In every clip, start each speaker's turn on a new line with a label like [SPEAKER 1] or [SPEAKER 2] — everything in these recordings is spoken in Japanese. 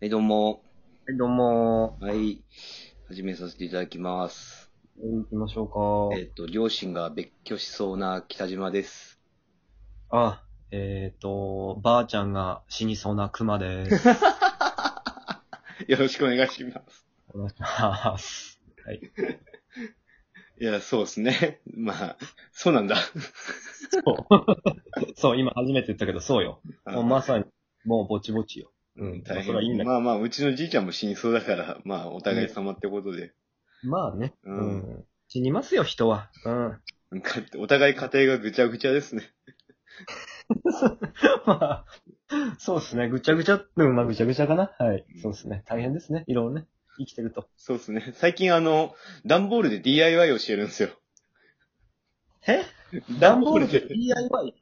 [SPEAKER 1] はい、どうも。
[SPEAKER 2] はい、どうも
[SPEAKER 1] はい。始めさせていただきます。
[SPEAKER 2] ー。行きましょ
[SPEAKER 1] え
[SPEAKER 2] う
[SPEAKER 1] っと、両親が別居しそうな北島です。
[SPEAKER 2] か。あ、えっ、と、ばあちゃんが死にそうな熊です。
[SPEAKER 1] よろしくお願いします。
[SPEAKER 2] お願いします。
[SPEAKER 1] いや、そうですね。 まあ、そうなんだ。
[SPEAKER 2] そう。 そう、今初めて言ったけど、そうよ。もう まさに、もうぼちぼちよ。
[SPEAKER 1] うん、
[SPEAKER 2] まあ
[SPEAKER 1] 大
[SPEAKER 2] それはいいん
[SPEAKER 1] 変。
[SPEAKER 2] だけ
[SPEAKER 1] まあまあ、うちのじいちゃんも死にそうだから、 まあ、お互い様ってことで。
[SPEAKER 2] ど。まあね。
[SPEAKER 1] う
[SPEAKER 2] うんん。死にますよ、人は。うん。
[SPEAKER 1] なんかお互い家庭がぐちゃぐちゃですね。
[SPEAKER 2] まあ、そうですね。ぐちゃぐちゃ、うん、まあぐちゃぐちゃかな。はい
[SPEAKER 1] うん。
[SPEAKER 2] そうですね。大変ですね。いろいろね。生きて ると。
[SPEAKER 1] そうですね。最近あの、段ボールで DIY をしてるんですよ。
[SPEAKER 2] え段ボールで DIY?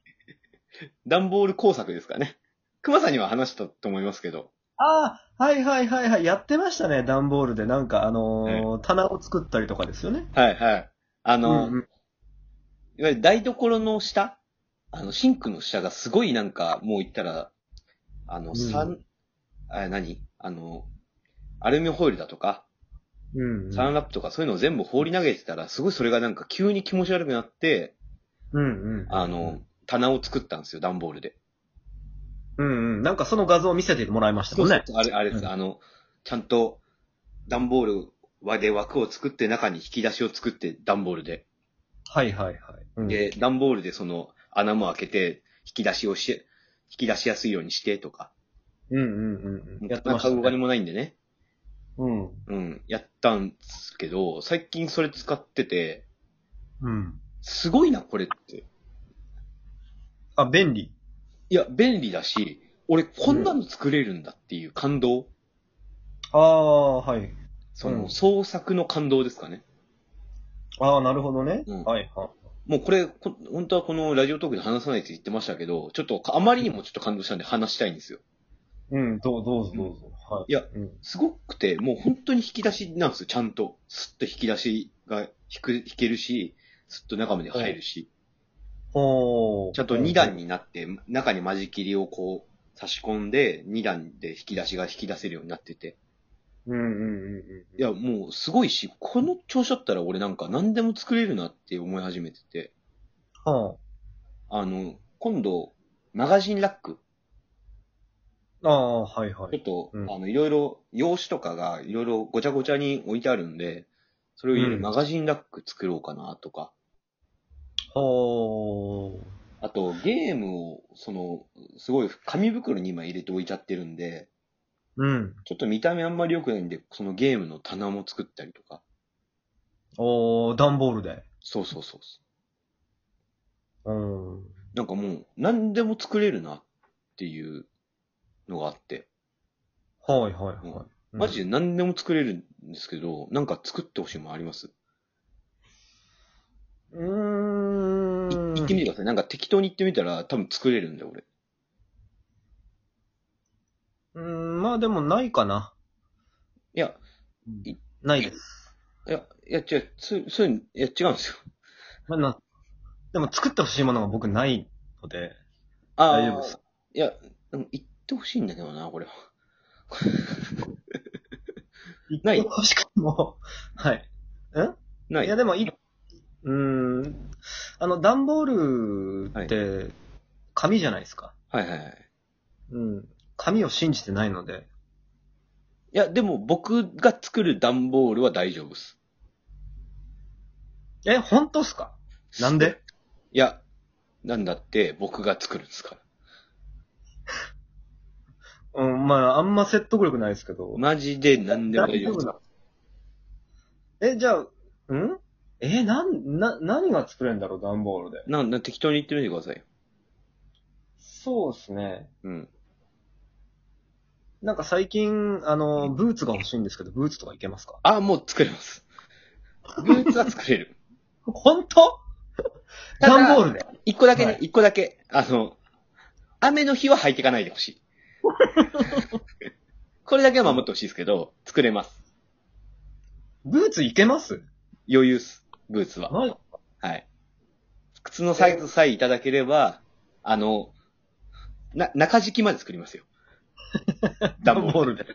[SPEAKER 1] 段ボール工作ですかね。熊さんには話したと思いますけど。
[SPEAKER 2] ああ、はいはいはいはい。やってましたね、段ボールで。なんか、あのー棚を作ったりとかですよね。
[SPEAKER 1] はいはい。あ
[SPEAKER 2] う
[SPEAKER 1] の、
[SPEAKER 2] んうん、
[SPEAKER 1] いわゆる台所の下あの、シンクの下がすごいなんか、もう言ったら、あの、
[SPEAKER 2] ん
[SPEAKER 1] 三、あ、何あの、アルミホイルだとか、
[SPEAKER 2] うんうん。
[SPEAKER 1] サランラップとかそういうのを全部放り投げてたら、すごいそれがなんか急に気持ち悪くなって、
[SPEAKER 2] うんうん。
[SPEAKER 1] あの、棚を作ったんですよ、段ボールで。
[SPEAKER 2] うんうん。なんかその画像を見せてもらいましたもんね。
[SPEAKER 1] あれ、あれです、
[SPEAKER 2] うん
[SPEAKER 1] あの、ちゃんと、段ボールで枠を作って、中に引き出しを作って、段ボールで。
[SPEAKER 2] はいはいはい。うん、
[SPEAKER 1] で、段ボールでその穴も開けて、引き出しをして、引き出しやすいようにしてとか、
[SPEAKER 2] うんうんうん。
[SPEAKER 1] な
[SPEAKER 2] やって
[SPEAKER 1] かな
[SPEAKER 2] まし
[SPEAKER 1] か
[SPEAKER 2] た、
[SPEAKER 1] お金
[SPEAKER 2] ね。
[SPEAKER 1] もないんでね。
[SPEAKER 2] うん。
[SPEAKER 1] うん、やったんですけど、最近それ使ってて、
[SPEAKER 2] うん。
[SPEAKER 1] すごいな、これって。
[SPEAKER 2] あ、便利。
[SPEAKER 1] いや、便利だし、俺こんなの作れるんだっていう感動。
[SPEAKER 2] ああ、はい。
[SPEAKER 1] そうの、
[SPEAKER 2] ん
[SPEAKER 1] 創作の感動ですかね。
[SPEAKER 2] ああ、なるほどね。
[SPEAKER 1] うん
[SPEAKER 2] はいはい。
[SPEAKER 1] もうこれ、こ本当はこのラジオトークで話さないって言ってましたけど、ちょっとあまりにもちょっと感動したんで話したいんですよ。
[SPEAKER 2] うん、どうどうぞどうぞ。はい。
[SPEAKER 1] いや
[SPEAKER 2] うん。
[SPEAKER 1] すごくて、もう本当に引き出しなんですよ、ちゃんと。スッと引き出しが引く、引けるし、スッと中まで入るし。
[SPEAKER 2] おー
[SPEAKER 1] ちゃんと2段。になって、中に間仕切りをこう、差し込んで、2段で引き出しが引き出せるようになってて。
[SPEAKER 2] うんうんうんうん。
[SPEAKER 1] いや、もうすごいし、この調子だったら俺なんか何でも作れるなって思い始めてて。
[SPEAKER 2] は
[SPEAKER 1] あの、今度、マガジンラック。
[SPEAKER 2] あ。ああ、はいは
[SPEAKER 1] ちょ
[SPEAKER 2] い
[SPEAKER 1] っ。と、
[SPEAKER 2] うん
[SPEAKER 1] あの、いろいろ、用紙とかがいろいろごちゃごちゃに置いてあるんで、それを入れる
[SPEAKER 2] うん
[SPEAKER 1] マガジンラック作ろうかなとか、
[SPEAKER 2] おー。
[SPEAKER 1] あと、ゲームを、その、すごい紙袋に今入れて置いちゃってるんで、
[SPEAKER 2] うん。
[SPEAKER 1] ちょっと見た目あんまり良くないんで、そのゲームの棚も作ったりとか。
[SPEAKER 2] おー、段ボールで。
[SPEAKER 1] そうそうそうそ
[SPEAKER 2] うん。
[SPEAKER 1] う。なんかもう、何でも作れるなっていうのがあって、
[SPEAKER 2] はいはいはい。
[SPEAKER 1] マジで何でも作れるんですけど、なんか作ってほしいもんあります、
[SPEAKER 2] うーん。
[SPEAKER 1] 言ってみてください。なんか適当に言ってみたら多分作れるんだよ、俺。
[SPEAKER 2] うーん、まあでもないかな。
[SPEAKER 1] いや、
[SPEAKER 2] ないです。
[SPEAKER 1] いや、いや、違う、つそういうの、いや、違うんですよ。
[SPEAKER 2] まあ、なでも作ってほしいものが僕ないので。
[SPEAKER 1] あ
[SPEAKER 2] 大丈夫です。
[SPEAKER 1] いや、でも言ってほしいんだけどな、 これは。ない
[SPEAKER 2] しかも。 はい。
[SPEAKER 1] ないい。
[SPEAKER 2] やでもい、うーん。あの、段ボールって、紙じゃないですか。
[SPEAKER 1] はいはいはい。
[SPEAKER 2] うん。紙を信じてないので。
[SPEAKER 1] いや、でも僕が作る段ボールは大丈夫です。
[SPEAKER 2] え、本当っすかなんで
[SPEAKER 1] いや、なんだって僕が作るんですから。
[SPEAKER 2] うん、まあ、あんま説得力ないですけど。
[SPEAKER 1] マジで何でも大丈夫です。
[SPEAKER 2] だ。え、じゃあ、んえ、なん、な、何が作れるんだろう、段ボールで。
[SPEAKER 1] なんな適当に言ってみてくださいよ。
[SPEAKER 2] そうですね。
[SPEAKER 1] うん。
[SPEAKER 2] なんか最近、あの、ブーツが欲しいんですけど、ブーツとかいけますか
[SPEAKER 1] あ、もう作れます。ブーツは作れる。
[SPEAKER 2] 本当
[SPEAKER 1] ただ
[SPEAKER 2] 段ボールで。
[SPEAKER 1] 一個だけね、
[SPEAKER 2] は
[SPEAKER 1] 一、個だけ。あの、雨の日は履いていかないでほ しい。これだけは守ってほしいですけど、作れます。
[SPEAKER 2] ブーツいけます
[SPEAKER 1] 余裕っす。ブーツは。
[SPEAKER 2] マジ
[SPEAKER 1] はい。靴のサイズさえいただければ、 あの、な、中敷きまで作りますよ。段ボール。
[SPEAKER 2] ルで。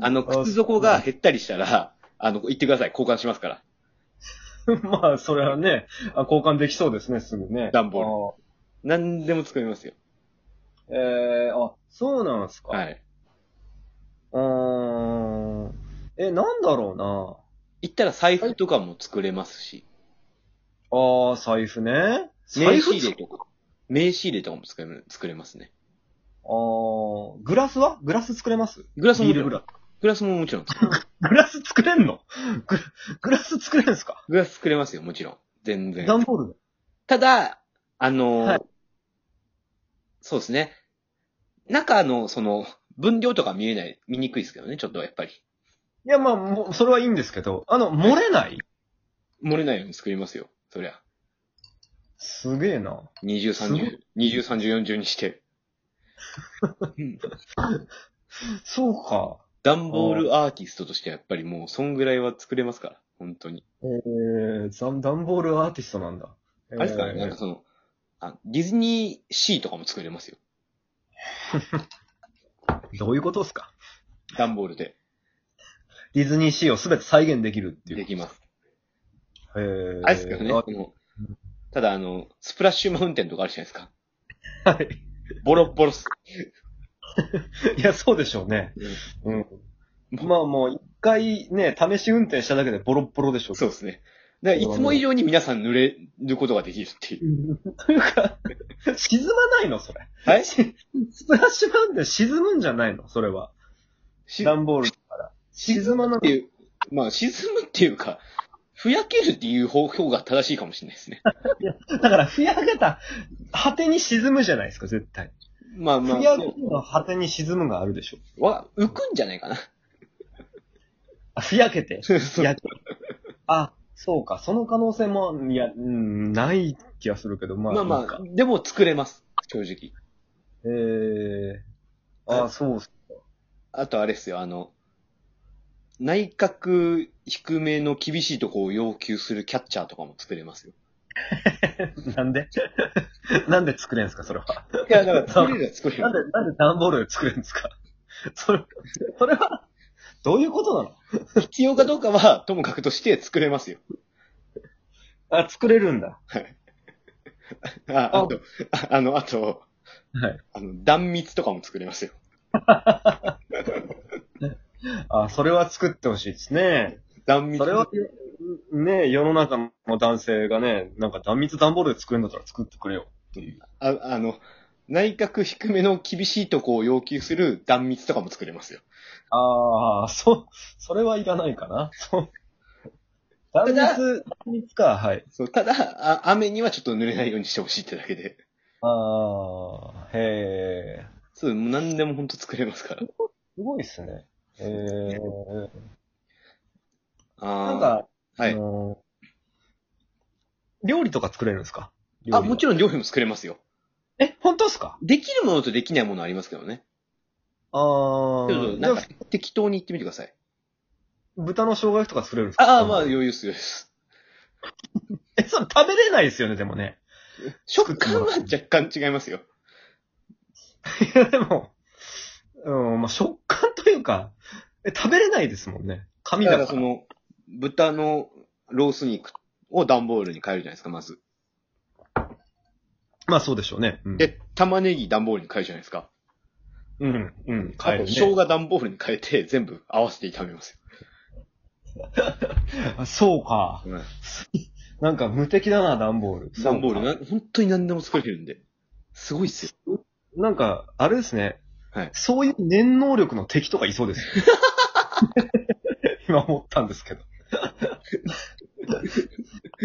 [SPEAKER 1] あの、靴底が減ったりしたら、あの、言ってください。交換しますから。
[SPEAKER 2] まあ、それはね、あ交換できそうですね、すぐね。
[SPEAKER 1] 段ボ何でも作りますよ。
[SPEAKER 2] あーえー、あ、そうなんですか。。
[SPEAKER 1] はいい。
[SPEAKER 2] うーん。え、なんだろうな。
[SPEAKER 1] 行ったら財布とかも作れますし、
[SPEAKER 2] ああ、財布ね。
[SPEAKER 1] 名
[SPEAKER 2] 財布
[SPEAKER 1] 刺入れとか、名刺入れとかも作れ作れますね。
[SPEAKER 2] ああ、グラスはグラス作れます
[SPEAKER 1] グラスも
[SPEAKER 2] ビ
[SPEAKER 1] もち
[SPEAKER 2] ール
[SPEAKER 1] ろん
[SPEAKER 2] グラス。
[SPEAKER 1] グラスももちろん作れます。
[SPEAKER 2] グラス作れんのググラス作れんすか
[SPEAKER 1] グラス作れますよ、もちろん。全然。
[SPEAKER 2] 段ボールで。
[SPEAKER 1] ただ、あのー
[SPEAKER 2] はい
[SPEAKER 1] そうですね。中の、その、分量とか見えない、見にくいですけどね、ちょっとやっぱり。
[SPEAKER 2] いや、まあ、もうそれはいいんですけど、あの、漏れない
[SPEAKER 1] 漏れないように作りますよ、そりゃ。
[SPEAKER 2] すげえな。
[SPEAKER 1] 20、
[SPEAKER 2] すご
[SPEAKER 1] 30、20、30、40にして。 うん
[SPEAKER 2] そうか。
[SPEAKER 1] 段ボールアーティストとしてやっぱりもう、そんぐらいは作れますから、本当に。
[SPEAKER 2] えー、ザンダンボールアーティストなんだ。
[SPEAKER 1] あれですからね、
[SPEAKER 2] え
[SPEAKER 1] な
[SPEAKER 2] ー
[SPEAKER 1] んかその、あディズニーシーとかも作れますよ。
[SPEAKER 2] どういうことですか
[SPEAKER 1] 段ボールで。
[SPEAKER 2] ディズニーシーをすべて再現できるっていう。
[SPEAKER 1] できます。
[SPEAKER 2] えー、
[SPEAKER 1] あれですけどね、
[SPEAKER 2] あ
[SPEAKER 1] そのただあの、スプラッシュマウンテンとかあるじゃないですか。
[SPEAKER 2] はい。
[SPEAKER 1] ボロッボロっす。
[SPEAKER 2] いや、そうでしょうね。うん。まあもう、一回ね、試し運転しただけでボロッボロでしょ
[SPEAKER 1] そうですね。だからいつも以上に皆さん濡れることができるっていう。
[SPEAKER 2] というか、沈まないのそれ。
[SPEAKER 1] はい
[SPEAKER 2] しスプラッシュマウンテン沈むんじゃないのそれは。
[SPEAKER 1] し
[SPEAKER 2] 段ボールだから。沈まな
[SPEAKER 1] っていう、まあ沈むっていうか、ふやけるっていう方法が正しいかもしれないですね。
[SPEAKER 2] だから、ふやけた果てに沈むじゃないですか、絶対。
[SPEAKER 1] まあ
[SPEAKER 2] ふ
[SPEAKER 1] まあ、
[SPEAKER 2] やけの果てに沈むがあるでしょ。
[SPEAKER 1] わ浮くんじゃないかな。
[SPEAKER 2] あ、ふやけて。
[SPEAKER 1] そう
[SPEAKER 2] やあ、そうか、その可能性も、いや、うん、ない気がするけど、まあ。
[SPEAKER 1] まあま
[SPEAKER 2] いいか
[SPEAKER 1] あ、でも作れます。正直。
[SPEAKER 2] えー、あ、そうっす。
[SPEAKER 1] あとあれですよ、あの、内角低めの厳しいとこを要求するキャッチャーとかも作れ ますよ。
[SPEAKER 2] なんで なんで作れんすか、それは。
[SPEAKER 1] いや、だから 作れるは作れ
[SPEAKER 2] なん
[SPEAKER 1] る。
[SPEAKER 2] で、なんで段ボールで作れるんですか それ、それは、どういうことなの
[SPEAKER 1] 必要かどうかは、ともかくとして作れますよ。
[SPEAKER 2] あ、作れるんだ。
[SPEAKER 1] あ、あと、ああの、あと、
[SPEAKER 2] はい。
[SPEAKER 1] あの、断蜜とかも作れますよ。
[SPEAKER 2] あ、それは作ってほしいですね。
[SPEAKER 1] 断蜜。
[SPEAKER 2] それは、ね、世の中の男性がね、なんか断密段ボールで作れるんだったら作ってくれよっていう。
[SPEAKER 1] あ、あの、内角低めの厳しいとこを要求する断蜜とかも作れますよ。
[SPEAKER 2] ああ、そ、それはいらないかな。そう。断密、
[SPEAKER 1] ただ
[SPEAKER 2] 断密か、はい。
[SPEAKER 1] そう、ただ、あ雨にはちょっと濡れないようにしてほしいってだけで。
[SPEAKER 2] ああ、へえ。
[SPEAKER 1] そう、もう何でも本当作れますから。
[SPEAKER 2] すごいっすね。ええ。
[SPEAKER 1] あー
[SPEAKER 2] なん、か、
[SPEAKER 1] は
[SPEAKER 2] あ
[SPEAKER 1] い。
[SPEAKER 2] の料理とか作れるんですか
[SPEAKER 1] あ、もち
[SPEAKER 2] ろ
[SPEAKER 1] ろ
[SPEAKER 2] ん。
[SPEAKER 1] ん料理も作れますよ。
[SPEAKER 2] え、本当ですか
[SPEAKER 1] できるものとできないものありますけどね。
[SPEAKER 2] あ
[SPEAKER 1] ち
[SPEAKER 2] ー
[SPEAKER 1] ょっと、なんか、適当に言ってみてください。
[SPEAKER 2] 豚の生姜焼きとか作れるんですか
[SPEAKER 1] ああ、まあ、余裕っす、余裕っす。
[SPEAKER 2] え、それ食べれないですよね、でもね。
[SPEAKER 1] 食感は若干違いますよ。
[SPEAKER 2] いや、 でも、うん、まあ、食感というか、え、食べれないですもんね。
[SPEAKER 1] だ
[SPEAKER 2] 紙
[SPEAKER 1] か
[SPEAKER 2] だ
[SPEAKER 1] ら、
[SPEAKER 2] か
[SPEAKER 1] そ
[SPEAKER 2] ら。
[SPEAKER 1] の、豚のロース肉を段ボールに変えるじゃないですか、まず。
[SPEAKER 2] まあ、そうでしょうね。うん、
[SPEAKER 1] で、玉ねぎ段ボールに変えるじゃないですか。
[SPEAKER 2] うん、うん、
[SPEAKER 1] あ
[SPEAKER 2] 買え
[SPEAKER 1] と、
[SPEAKER 2] る、ね。
[SPEAKER 1] 生姜段ボールに変えて、全部合わせて炒めます
[SPEAKER 2] あそうか。
[SPEAKER 1] よ。
[SPEAKER 2] なんか無敵だな、段ボール。
[SPEAKER 1] 段ボール
[SPEAKER 2] な。
[SPEAKER 1] な、本当に何でも作れるんで。すごいっすよ。
[SPEAKER 2] なんか、あれですね。
[SPEAKER 1] はい
[SPEAKER 2] そういう念能力の敵とかいそうで すよ。今思ったんですけど。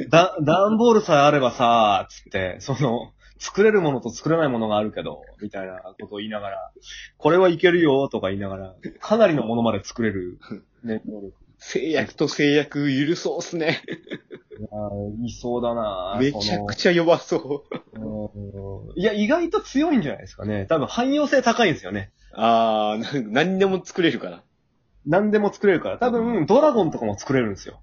[SPEAKER 2] だ、段ボールさえあればさ、つって、その、作れるものと作れないものがあるけど、みたいなことを言いながら、これはいけるよ、とか言いながら、かなりのものまで作れる念能力。
[SPEAKER 1] 制約と制約許そうっすね。
[SPEAKER 2] あーいそうだな
[SPEAKER 1] めちゃく
[SPEAKER 2] ち
[SPEAKER 1] ちゃ弱そう。
[SPEAKER 2] いや、意外と強いんじゃないですかね。多分汎用性高いんですよね。
[SPEAKER 1] ああ、なん何でも作れるから。
[SPEAKER 2] 何でも作れるから。多分、ドラゴンとかも作れるんですよ。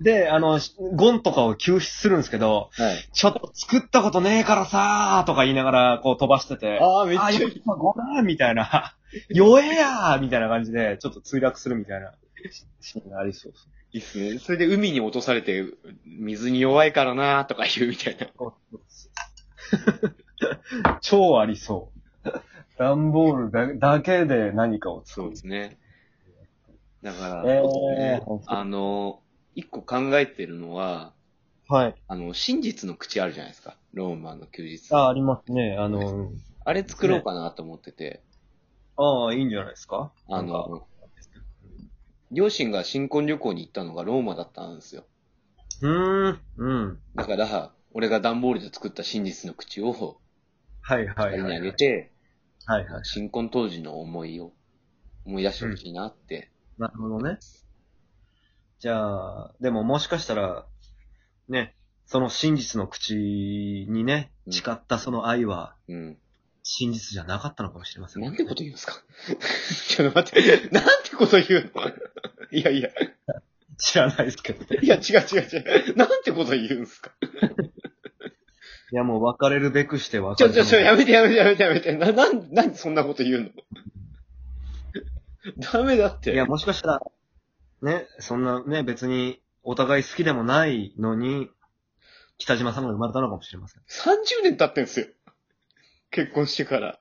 [SPEAKER 2] で、あの、しゴンとかを救出するんですけど、
[SPEAKER 1] はい。
[SPEAKER 2] ちょっと作ったことねえからさーとか言いながら、こう飛ばしてて、
[SPEAKER 1] ああ、めっ
[SPEAKER 2] あ、
[SPEAKER 1] ちゃ
[SPEAKER 2] よっ
[SPEAKER 1] いい。
[SPEAKER 2] ぱごめんみたいな、 弱えやーみたいな感じで、ちょっと墜落するみたいなシーンがありそうですね。
[SPEAKER 1] いいっすね。それで海に落とされて、水に弱いからなーとか言うみたいな。
[SPEAKER 2] 超ありそう。段ボールだだけで何かを作
[SPEAKER 1] そう
[SPEAKER 2] る
[SPEAKER 1] で。すね。だから、
[SPEAKER 2] えー
[SPEAKER 1] ねあの、一個考えてるのは、
[SPEAKER 2] はい。
[SPEAKER 1] あの、真実の口あるじゃないですか。ローマンの休日。
[SPEAKER 2] あ、ありますね。あの、
[SPEAKER 1] あれ作ろうかなと思ってて、
[SPEAKER 2] ああ、いいんじゃないですか
[SPEAKER 1] あ
[SPEAKER 2] なんか
[SPEAKER 1] の、両親が新婚旅行に行ったのがローマだったんですよ。
[SPEAKER 2] うーん、うん。
[SPEAKER 1] だから、俺が段ボールで作った真実の口を、
[SPEAKER 2] はいは
[SPEAKER 1] 二
[SPEAKER 2] い
[SPEAKER 1] 人
[SPEAKER 2] は
[SPEAKER 1] に
[SPEAKER 2] い。
[SPEAKER 1] あげて、
[SPEAKER 2] はいはい。
[SPEAKER 1] 新婚当時の思いを思い出してほしいなって。
[SPEAKER 2] なるほどね。じゃあ、でももしかしたら、ね、その真実の口にね、
[SPEAKER 1] うん
[SPEAKER 2] 誓ったその愛は、
[SPEAKER 1] うん。
[SPEAKER 2] 真実じゃなかったのかもしれませんね、
[SPEAKER 1] なんてこと言うんですか ちょっと待って、なんてこと言うのいやいや、
[SPEAKER 2] 知らないですけど。い
[SPEAKER 1] いや違う違う違う。なんてこと言うんですか
[SPEAKER 2] や、もう別れるべくして別
[SPEAKER 1] ち
[SPEAKER 2] れ
[SPEAKER 1] ょ、
[SPEAKER 2] る。
[SPEAKER 1] ちょ、ちょ、やめてやめてやめてやめて。な、なん、なんでそんなこと言うの ダメだって。
[SPEAKER 2] いや、もしかしたら、ね、そんなね、別にお互い好きでもないのに、北島さんが生まれたのかもしれません。
[SPEAKER 1] 30年経ってんすよ。結婚してから。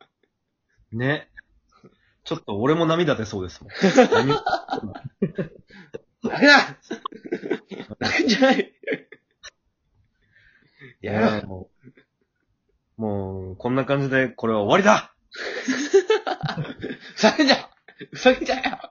[SPEAKER 2] ね。ちょっと俺も涙出そうですもん。 何も
[SPEAKER 1] ダメだ泣くんじゃない
[SPEAKER 2] いやーもう、もう、こんな感じでこれは終わりだ
[SPEAKER 1] ふざけんじゃふざけんじゃよ